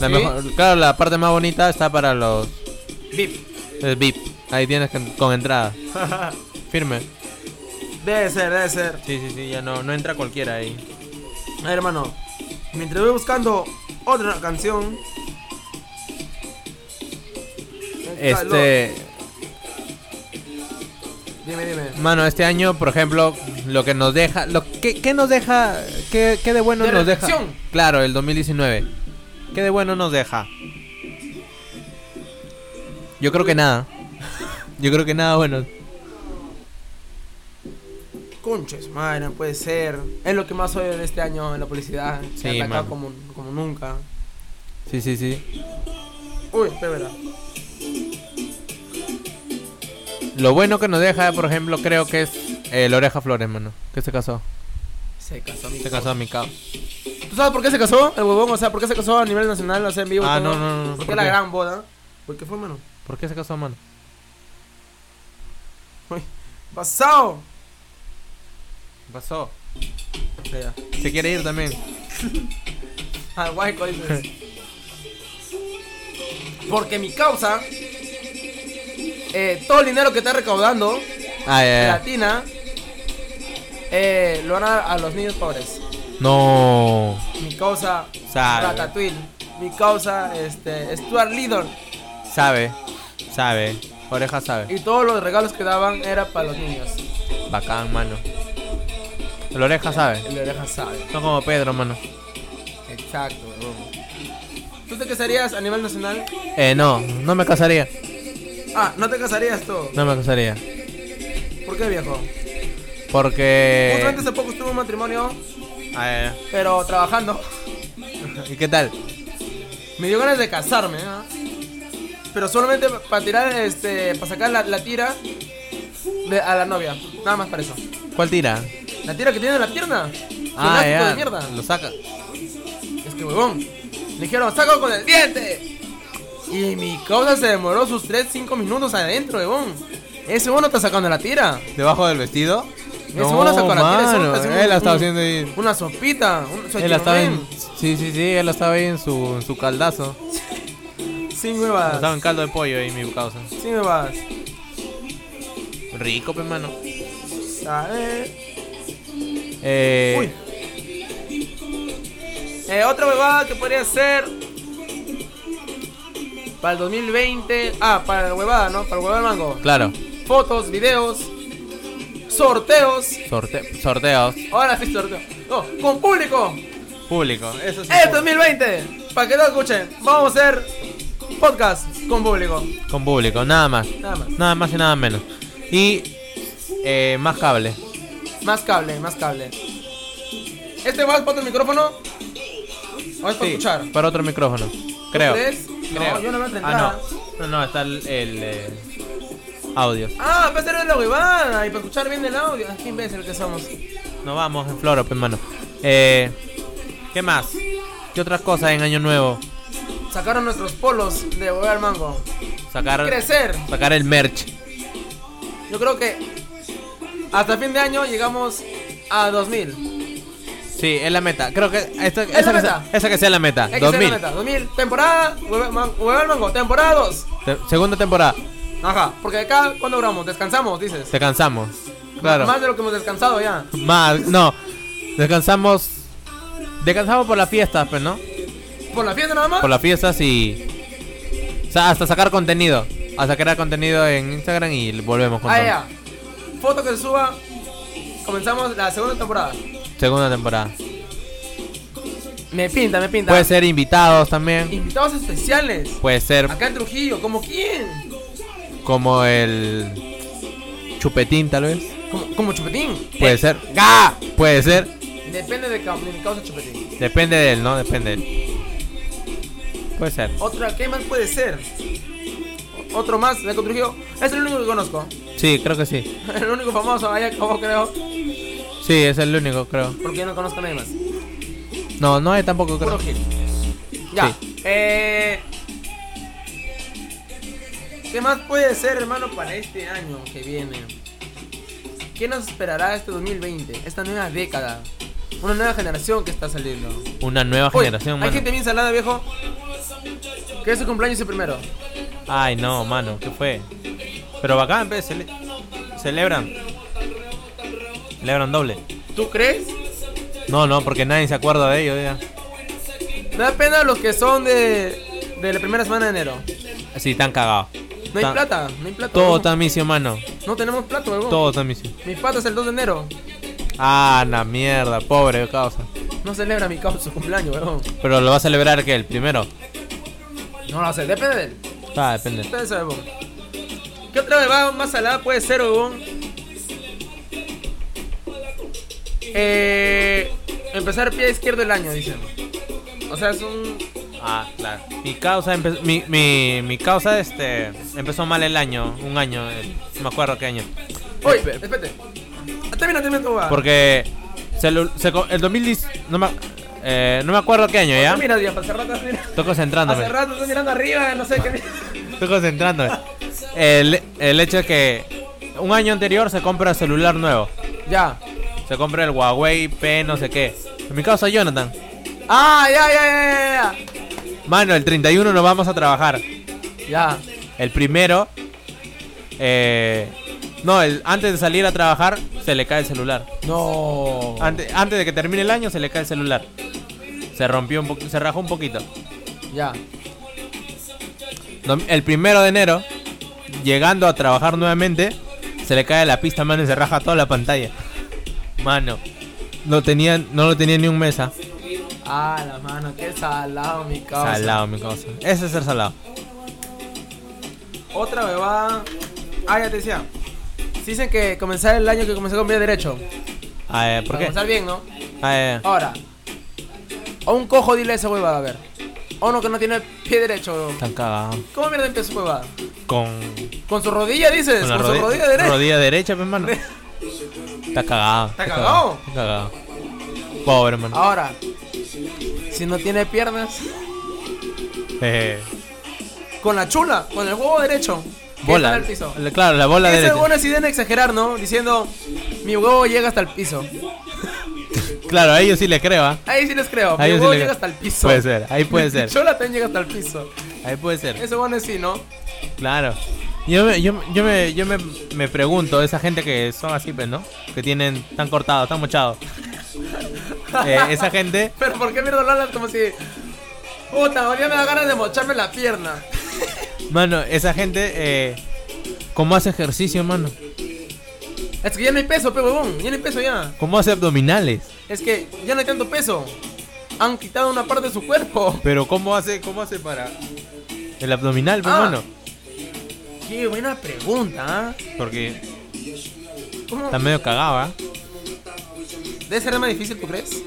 La
¿Sí?
mejor- claro, la parte más bonita está para los
VIP.
el VIP. Ahí tienes que- con entrada. Firme.
Debe ser, debe ser.
Sí, sí, sí, ya no, no entra cualquiera ahí.
A ver, hermano. Mientras voy buscando otra canción. Qué calor.
Este.
Dime, dime.
Mano, este año, por ejemplo, lo que nos deja, lo que, ¿qué nos deja, qué, qué de bueno
De
nos deja.
reflexión.
Claro, el 2019. ¿Qué de bueno nos deja? Yo creo que nada. Yo creo que nada bueno.
Conches, madre, no puede ser. Es lo que más odio de este año en la publicidad. Se
Sí,
han atacado
mano.
como, como nunca.
Sí, sí, sí.
Uy, espera.
Lo bueno que nos deja, por ejemplo, creo que es el Oreja Flores, mano. Que se casó.
Se casó mi
Se casó a mi cabo.
¿Tú sabes por qué se casó el huevón? O sea, ¿por qué se casó a nivel nacional? O sea, en vivo. y
Ah,
todo?
no, no, no, no,
¿Por qué
¿por
la
qué?
gran boda? ¿Por qué fue, mano?
¿Por qué se casó, mano?
Uy, pasado.
¿Qué pasó?
Ya, ya.
Se quiere ir también.
Ah, guay, coño, pues. Porque mi causa, eh, todo el dinero que está recaudando,
Ah, ya, ya.
Latina, Eh, lo van a dar a los niños pobres.
No.
Mi causa
Sabe.
Ratatouille. Mi causa este, Stuart Little.
Sabe. Sabe. Oreja sabe.
Y todos los regalos que daban era para los niños.
Bacán, mano. La oreja sabe.
El de oreja sabe.
Son como Pedro, mano.
Exacto, weón. ¿Tú te casarías a nivel nacional?
Eh, no. No me casaría.
Ah, no te casarías tú.
No me casaría.
¿Por qué, viejo? Justamente
Porque...
hace poco estuve en un matrimonio,
A ver,
pero trabajando.
¿Y qué tal?
Me dio ganas de casarme, ¿ah? Pero solamente para tirar, este, para sacar la, la tira de- a la novia. Nada más para eso.
¿Cuál tira?
La tira que tiene en la pierna.
Ah,
Gimnástico de
ya.
mierda.
Lo saca.
Es que este huevón. Le dijeron, saco con el diente. Y mi causa se demoró sus 3-5 minutos adentro, huevón. Ese huevón no está sacando la tira.
¿Debajo del vestido?
Ese huevón no sacó la tira. ese huevón
mano,
está haciendo
Él la
¿eh? un-
estaba
un-
haciendo ahí.
Una sopita. Un,
Él la estaba en...
salchipolín.
Sí, sí, sí. Él la estaba ahí en su, en su caldazo.
Sin
Lo Estaba
huevas.
en caldo de pollo ahí, mi causa.
Sin huevas.
Rico, pe, mano.
¿Sabes?
Eh...
Uy. Eh, otra huevada que podría ser. Para el 2020. Ah, para la huevada, ¿no? Para el huevada del mango.
Claro.
Fotos, videos. Sorteos.
Sorte- sorteos.
Ahora sí sorteo. No, con público.
Público. Eso sí.
El 2020. Para que lo escuchen. Vamos a hacer podcast con público.
Con público. Nada más.
Nada más.
Nada más y nada menos. Y... Eh, más cable.
Más cable, más cable. ¿Este va para el micrófono? ¿O es para
Sí,
escuchar?
Para otro micrófono. Creo.
crees? No,
Creo.
yo no veo otra
Ah, no. No, no, está el, el, eh, audio.
Ah, para hacer la huevada y para escuchar bien el audio. Ah, Qué imbécil que somos.
No vamos en floro, pues, hermano. Eh, ¿Qué más? ¿Qué otras cosas en Año Nuevo?
Sacaron nuestros polos de huevo al mango.
Sacar,
Crecer.
sacar el merch.
Yo creo que hasta fin de año llegamos a 2000.
Sí, es la meta. Creo que esta-
la
esa, que
meta.
sea, esa que sea la meta.
Hay que ser la
2000.
meta. 2000. Temporada. Huevo al man- Huevo al mango. Temporada 2.
Te- segunda temporada.
Ajá, porque acá cuando duramos, descansamos, dices.
Descansamos. Claro.
Más de lo que hemos descansado ya.
Más. No. Descansamos. Descansamos por las fiestas, pues, ¿no?
Por la fiesta nada más.
por las fiestas y o sea, hasta sacar contenido, hasta crear contenido en Instagram y volvemos con
ah,
todo.
ya. Foto que se suba. Comenzamos la segunda temporada.
segunda temporada.
Me pinta, me pinta.
Puede ser invitados también,
Invitados especiales.
puede ser
Acá en Trujillo, ¿como quién?
como el chupetín tal vez,
Como, como Chupetín.
puede ser, ¡Ga! puede ser,
Depende de, ca- de mi causa Chupetín.
depende de él, no, depende de él. Puede ser.
Otra, ¿qué más puede ser? Otro más de acá en Trujillo. Es el único que conozco.
Sí, creo que sí.
El único famoso ahí acabó, creo.
Sí, es el único, creo.
Porque yo no conozco a nadie más.
No, no hay tampoco,
Puro
creo.
Gil. Ya. Eh, ¿Qué más puede ser, hermano, para este año que viene? ¿Qué nos esperará este 2020? Esta nueva década. Una nueva generación que está saliendo.
Una nueva
Uy,
generación,
Hay
mano.
gente bien salada, viejo. Que es su cumpleaños el primero.
Ay, no, mano, ¿qué fue? Pero bacán, pe, cele- celebran. Celebran doble.
¿Tú crees?
No, no, porque nadie se acuerda de ello, ya.
Me da pena los que son de, de la primera semana de enero.
Sí, están cagados.
No hay
Tan-
plata, no hay plata.
Todo
huevón.
está misio, mano.
No tenemos plata, huevón.
Todo está misio.
Mi pata es el 2 de enero.
Ah, la mierda, pobre causa.
No celebra mi causa su cumpleaños, huevón.
Pero lo va a celebrar que el primero.
No lo sé, depende de él.
Ah, depende.
Ustedes saben, huevón. ¿Qué otra bebada más salada puede ser, huevón? Eh, empezar pie izquierdo el año, dicen. O sea, es un...
Ah, claro. Mi causa, empe- mi, mi, mi causa, este, empezó mal el año, un año, eh, no me acuerdo qué año.
Oye, espérate. Ah, Termina, termina tu bebada.
Porque se lo- se co- el 2010, no me, eh, no me acuerdo qué año, ¿ya?
Mira, tío, hace rato estás mirando,
Estoy concentrándome.
hace rato estás mirando arriba, no sé qué...
Estoy concentrándome. El, el hecho es que un año anterior se compra celular nuevo.
ya.
Se compra el Huawei P no sé qué. En mi caso Jonathan.
Ah, ya, ya, ya, ya,
Mano, el 31 nos vamos a trabajar.
ya. Ya.
El primero eh, No, el, antes de salir a trabajar se le cae el celular.
No.
Ante- Antes, de que termine el año se le cae el celular. Se rompió un poquito, se rajó un poquito.
Ya.
No, El primero de enero, llegando a trabajar nuevamente, se le cae la pista, mano, y se raja toda la pantalla. Mano, no, tenía, no lo tenía ni un mesa.
Ah, la mano, qué salado, mi causa.
Salado, mi cosa. Ese es el salado.
Otra bebada. Ah, ya te decía. Dicen que comenzar el año que comencé con pie derecho.
Ah, eh, ¿Por
Para
qué?
Comenzar bien, ¿no?
Ah, eh,
Ahora, a un cojo dile esa huevada, a ver. A uno que no tiene pie derecho.
Están cagados.
¿Cómo mierda empieza su huevada?
Con,
¿Con su rodilla dices?
con
Con,
la
su
rodilla,
rodilla derecha.
rodilla derecha, mi hermano. Está cagado.
¿Está cagado? Ah.
Está cagado. Pobre, hermano.
Ahora, si no tiene piernas,
Eh,
con la chula, con el huevo derecho. que está
bola.
en el piso.
Le- Claro, la bola
Ese
derecha.
huevón así deben exagerar, ¿no? Diciendo, mi huevo llega hasta el piso.
Claro, a ellos sí le creo, ¿ah?
Ahí sí les creo,
A
mi
ellos sí
huevo
le-
llega hasta el piso.
Puede ser, ahí puede ser.
Mi chula también llega hasta el piso.
Ahí puede ser.
Ese huevón es sí, ¿no?
Claro. Yo, me- yo, yo me, yo me, me pregunto, esa gente que son así, pues, ¿no? Que tienen tan cortado, tan mochado. Eh, esa gente,
Pero ¿por qué mierda lo hablas como si... Puta, ahora ya me da ganas de mocharme la pierna.
mano, esa gente, eh, ¿cómo hace ejercicio, mano?
Es que ya no hay peso, pe huevón, ya no hay peso ya.
¿Cómo hace abdominales?
Es que ya no hay tanto peso. Han quitado una parte de su cuerpo.
Pero ¿cómo hace, cómo hace para el abdominal, pues,
Ah.
mano?
Qué buena pregunta, ¿ah?
Porque
¿Cómo?
está medio cagado, ¿ah?
¿Debe ser más difícil, tú crees?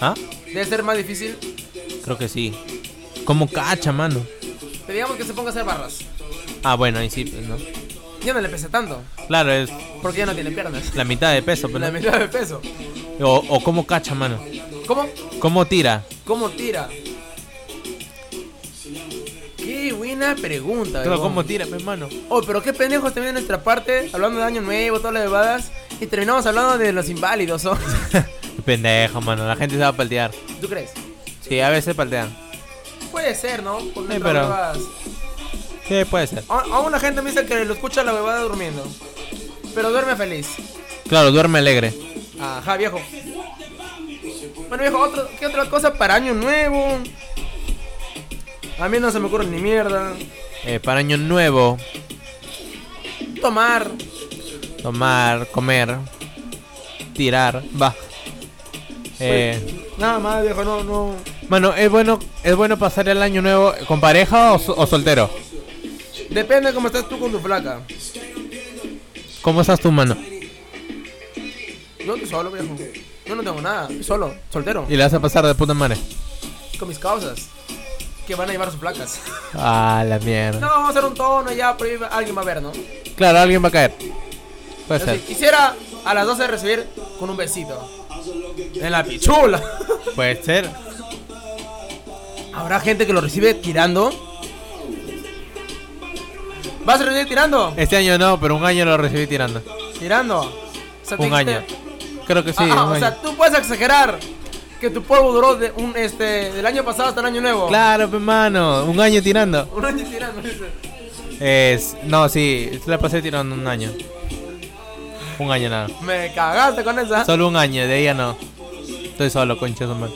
¿Ah?
Debe ser más difícil.
Creo que sí. ¿Cómo cacha, mano?
Te digamos que se ponga a hacer barras.
Ah, bueno, ahí sí, pues, ¿no?
Ya no le pesa tanto,
Claro, es
porque ya no tiene piernas.
la mitad de peso, pero
La mitad de peso.
O, o cómo cacha, mano.
¿Cómo?
¿Cómo tira?
¿Cómo tira? Qué buena pregunta,
Claro,
huevón.
¿cómo tira, pues, mano?
Oh, pero qué pendejos también de nuestra parte, hablando de año nuevo, todas las bebadas, y terminamos hablando de los inválidos, ¿no?
Qué Pendejo, mano. La gente se va a paltear.
¿Tú crees?
Sí, a veces paltean.
Puede ser, ¿no? Por nuestras
pero-
bebadas.
Sí, puede ser.
A- Aún la gente me dice que lo escucha la bebada durmiendo. Pero duerme feliz.
Claro, duerme alegre.
Ajá, viejo. Bueno, viejo, otro, ¿qué otra cosa para año nuevo? A mí no se me ocurre ni mierda.
Eh, para año nuevo,
Tomar.
tomar, comer, tirar, va. Eh,
Nada más, viejo, no, no.
mano, ¿es bueno, ¿es bueno pasar el año nuevo con pareja o, so- o soltero?
Depende de cómo estás tú con tu flaca.
¿Cómo estás tú, mano?
Yo estoy solo, viejo. Yo no tengo nada. Estoy solo, soltero.
Y le vas a pasar de puta madre.
con mis causas que van a llevar sus placas.
Ah, la
No,
mierda.
vamos a hacer un tono ya, pero ahí alguien va a ver, ¿no?
Claro, alguien va a caer. Puede
Yo
ser.
sí, quisiera a las 12 recibir con un besito. En la pichula.
Puede ser.
¿Habrá gente que lo recibe tirando? ¿Vas a recibir tirando?
Este año no, pero un año lo recibí tirando.
Tirando. O sea, te
Un año.
dijiste-
Creo que sí.
Ajá,
un
o
año.
sea, tú puedes exagerar que tu polvo duró de un, este, del año pasado hasta el año nuevo.
Claro, hermano, un año tirando.
Un año tirando, dice.
Es, no, sí, la pasé tirando un año. Un año nada.
Me cagaste con esa.
Solo un año, de ella no. Estoy solo, concha de su madre.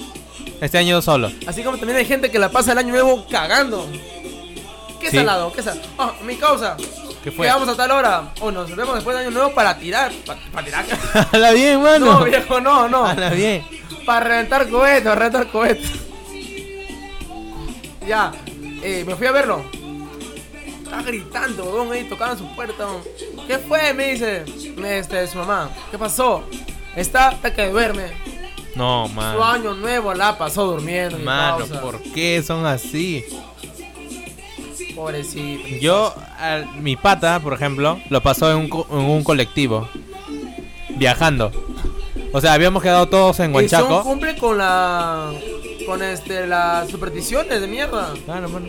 Este año solo.
Así como también hay gente que la pasa el año nuevo cagando. ¿Qué
Sí.
salado? ¿Qué salado? Ah, mi causa. Que
¿Qué fue?
vamos a tal hora. O nos vemos después del año nuevo para tirar. ¿Para tirar?
Hala bien, mano.
No, viejo, no, no.
Hala bien.
Para reventar cohetes, para reventar cohetes. Ya, eh, me fui a verlo. Está gritando, huevón, ahí tocando su puerta. huevón. ¿Qué fue? Me dice me- este, su mamá. ¿Qué pasó? Está hasta que duerme.
No,
Su
mano.
año nuevo la pasó durmiendo. mi
Ah. Mano,
causa.
¿por qué son así?
Pobrecito.
Yo, al- mi pata, por ejemplo, lo pasó en un, co- en un colectivo. Viajando. O sea, habíamos quedado todos en
Y son
Huanchaco.
cumple con la. con este. las supersticiones de mierda.
Claro, mano.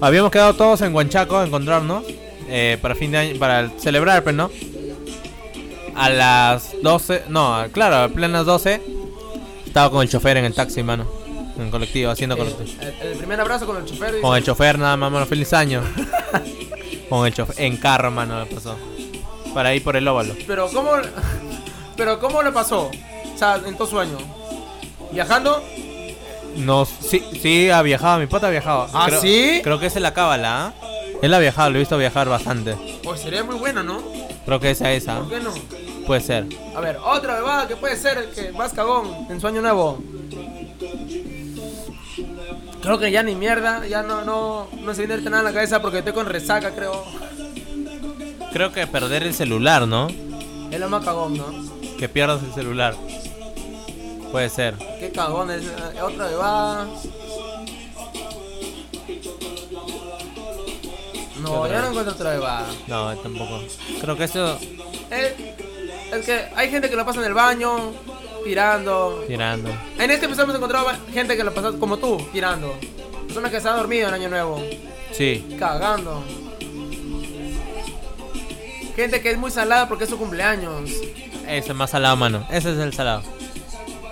Habíamos quedado todos en Huanchaco a encontrarnos eh, para fin de año, para celebrar, pero no. A las 12, no, a- claro, a plenas 12, estaba con el chofer en el taxi, mano. En colectivo, haciendo colectivo.
Eh, El, el primer abrazo con el chofer. dice,
Con el chofer, nada más, mano, feliz año. con el chofer, en carro, mano, me pasó. para ir por el óvalo.
Pero ¿cómo, pero ¿cómo lo pasó? O sea, en todo su año. ¿Viajando?
No, sí, sí ha viajado, mi pata ha viajado.
¿Ah,
Creo-
sí?
Creo que es la cábala, ¿ah? Él ha viajado, lo he visto viajar bastante.
Pues sería muy bueno, ¿no?
Creo que esa es esa. ¿ah?
¿Por qué no?
Puede ser.
A ver, otra bebada que puede ser que más cagón en su año nuevo. Creo que ya ni mierda, ya no, no, no se viene ahorita nada en la cabeza porque estoy con resaca, creo.
Creo que perder el celular, ¿no?
Es lo más cagón, ¿no?
Que pierdas el celular. Puede ser.
Qué cagón es. eh, Otra bebada. No,
otra?
yo no encuentro otra bebada.
No, tampoco. Creo que eso
Es, Eh, es que hay gente que lo pasa en el baño, tirando.
tirando.
En este episodio hemos encontrado ba- gente que lo pasa como tú, tirando. Personas que se han dormido en Año Nuevo.
Sí.
Cagando. Gente que es muy salada porque es su cumpleaños.
Ese es más salado, mano. Ese es el salado.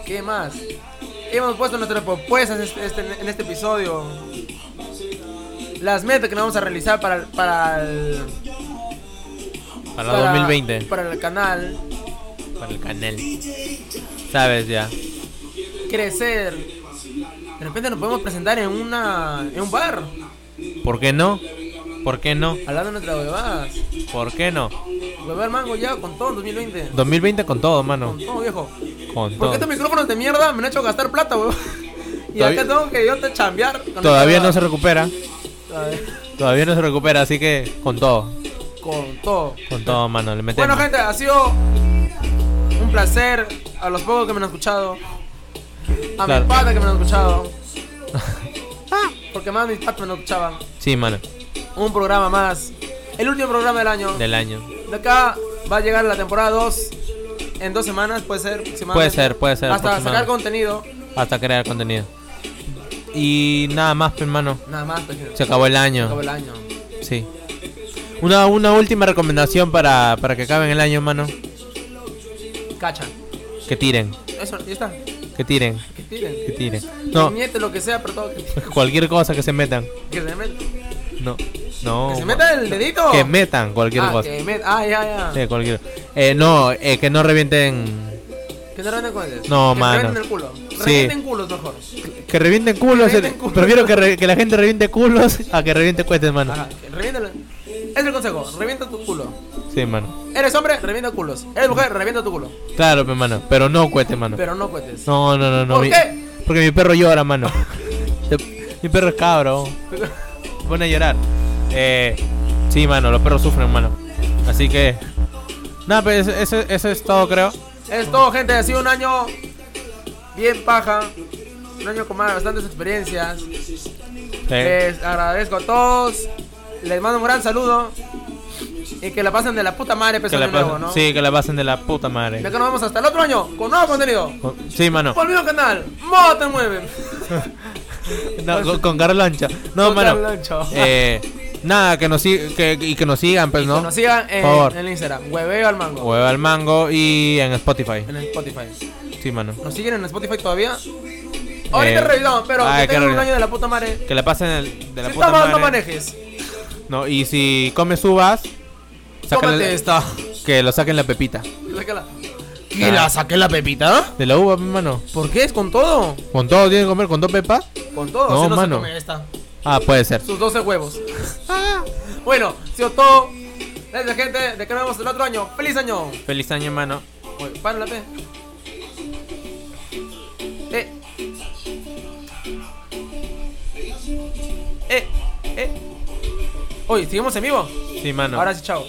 ¿Qué más? Hemos puesto nuestras propuestas este- este- en este episodio. Las metas que nos vamos a realizar para, el- para el.
Para, 2020.
Para el canal.
Para el canal. Sabes ya.
Crecer. De repente nos podemos presentar en una. en un bar.
¿Por qué no? ¿Por qué no?
Hablando de nuestras huevadas.
¿Por qué no?
Huevar mango ya con todo en 2020.
2020 con todo, mano.
Con todo, viejo.
Con
Porque
todo.
estos micrófonos de mierda me han hecho gastar plata, weón. Y
Todavía-
acá tengo que yo te chambear. con
Todavía
esta
no se recupera.
huevada.
Todavía no se recupera, así que con todo.
Con todo.
Con todo, mano. Le metemos.
Bueno, gente, ha sido un placer a los pocos que me han escuchado. A
Claro.
mis patas que me han escuchado. Ah, Porque más mis patas me lo escuchaban.
Sí, mano.
Un programa más. El último programa del año. De,
Del año.
acá va a llegar la temporada 2. En dos semanas, puede ser. aproximadamente.
Puede ser, puede ser,
Hasta sacar
aproximadamente.
contenido.
Hasta crear contenido. Y nada más, pues, hermano.
Nada más, pues, gente.
Se acabó el
Se
año.
acabó el año.
Sí. Una, una última recomendación para, para que acaben el año, mano.
Cacha.
Que tiren.
Eso, ya está.
Que tiren.
Que tiren.
Que tiren.
No.
No,
Miente lo que sea, pero todo que,
cualquier cosa que se metan.
que se meta.
No, no.
que se meta el dedito.
Que metan cualquier
ah,
cosa.
que met- ah, ya, ya.
Sí, cualquier- Eh, no, eh, que no revienten.
Que no revienten cohetes.
No,
que
mano.
Revienten el culo.
Sí.
Revienten culos mejor.
Que revienten culos.
Que revienten
eh,
culos.
Prefiero que, re- que la gente reviente culos a que reviente cuestes, mano.
Ajá, que revienten. Es el consejo. Revienta tu culo.
Sí, mano.
Eres hombre, revienta culos. Eres mujer, revienta tu culo.
Claro, pe, mano. Pero no cueste, mano.
Pero no cohetes.
No, no, no, no.
¿Por
mi-
qué?
Porque mi perro llora, mano. Te- mi perro es cabro. Se Pone a llorar. Eh, sí, mano, los perros sufren, mano. Así que. Nada, pero eso, eso- eso es todo, creo.
Es todo, gente. Ha sido un año bien paja. Un año con más, bastantes experiencias.
Eh,
Les agradezco a todos. Les mando un gran saludo. Y que la pasen de la puta madre,
que
pesar
la
de nuevo,
pasen-
¿no?
Sí, que la pasen de la puta
Y
madre. Oh,
acá nos vemos hasta el otro año con nuevo contenido.
Sí, mano.
Por el mismo canal, Modo te mueve.
No, con, con Garlancha. No,
Con
mano.
Garlancha.
Eh, nada, que nos, sig- que, y que nos sigan, pues,
Y
¿no?
Que nos sigan en,
Por favor.
en Instagram, hueveo al mango.
Hueva al mango y en Spotify.
En Spotify.
Sí, mano.
¿Nos siguen en Spotify todavía? Ahorita
Eh,
revisamos, pero que
ay, qué
tengan un
horrible.
año de la puta madre.
Que la pasen el- de la
si
puta
estás mal, no
madre.
manejes.
No, y si comes uvas, sácale
Tómate
la-
esta.
que lo saquen la pepita.
Sácala.
Ah.
saqué la pepita?
De la uva, mi mano.
¿Por qué? ¿Es con todo?
¿Con todo tienen que comer? ¿Con dos pepas?
Con todo.
No,
si no
mano.
se come esta.
Ah, puede ser.
Sus 12 huevos. bueno, ha sido todo. Gracias, gente. De que nos vemos el otro año. ¡Feliz año!
Feliz año, mano.
Oye, párate. Eh. Eh, eh. Oye, ¿seguimos en vivo?
Sí, mano.
Ahora sí, chao.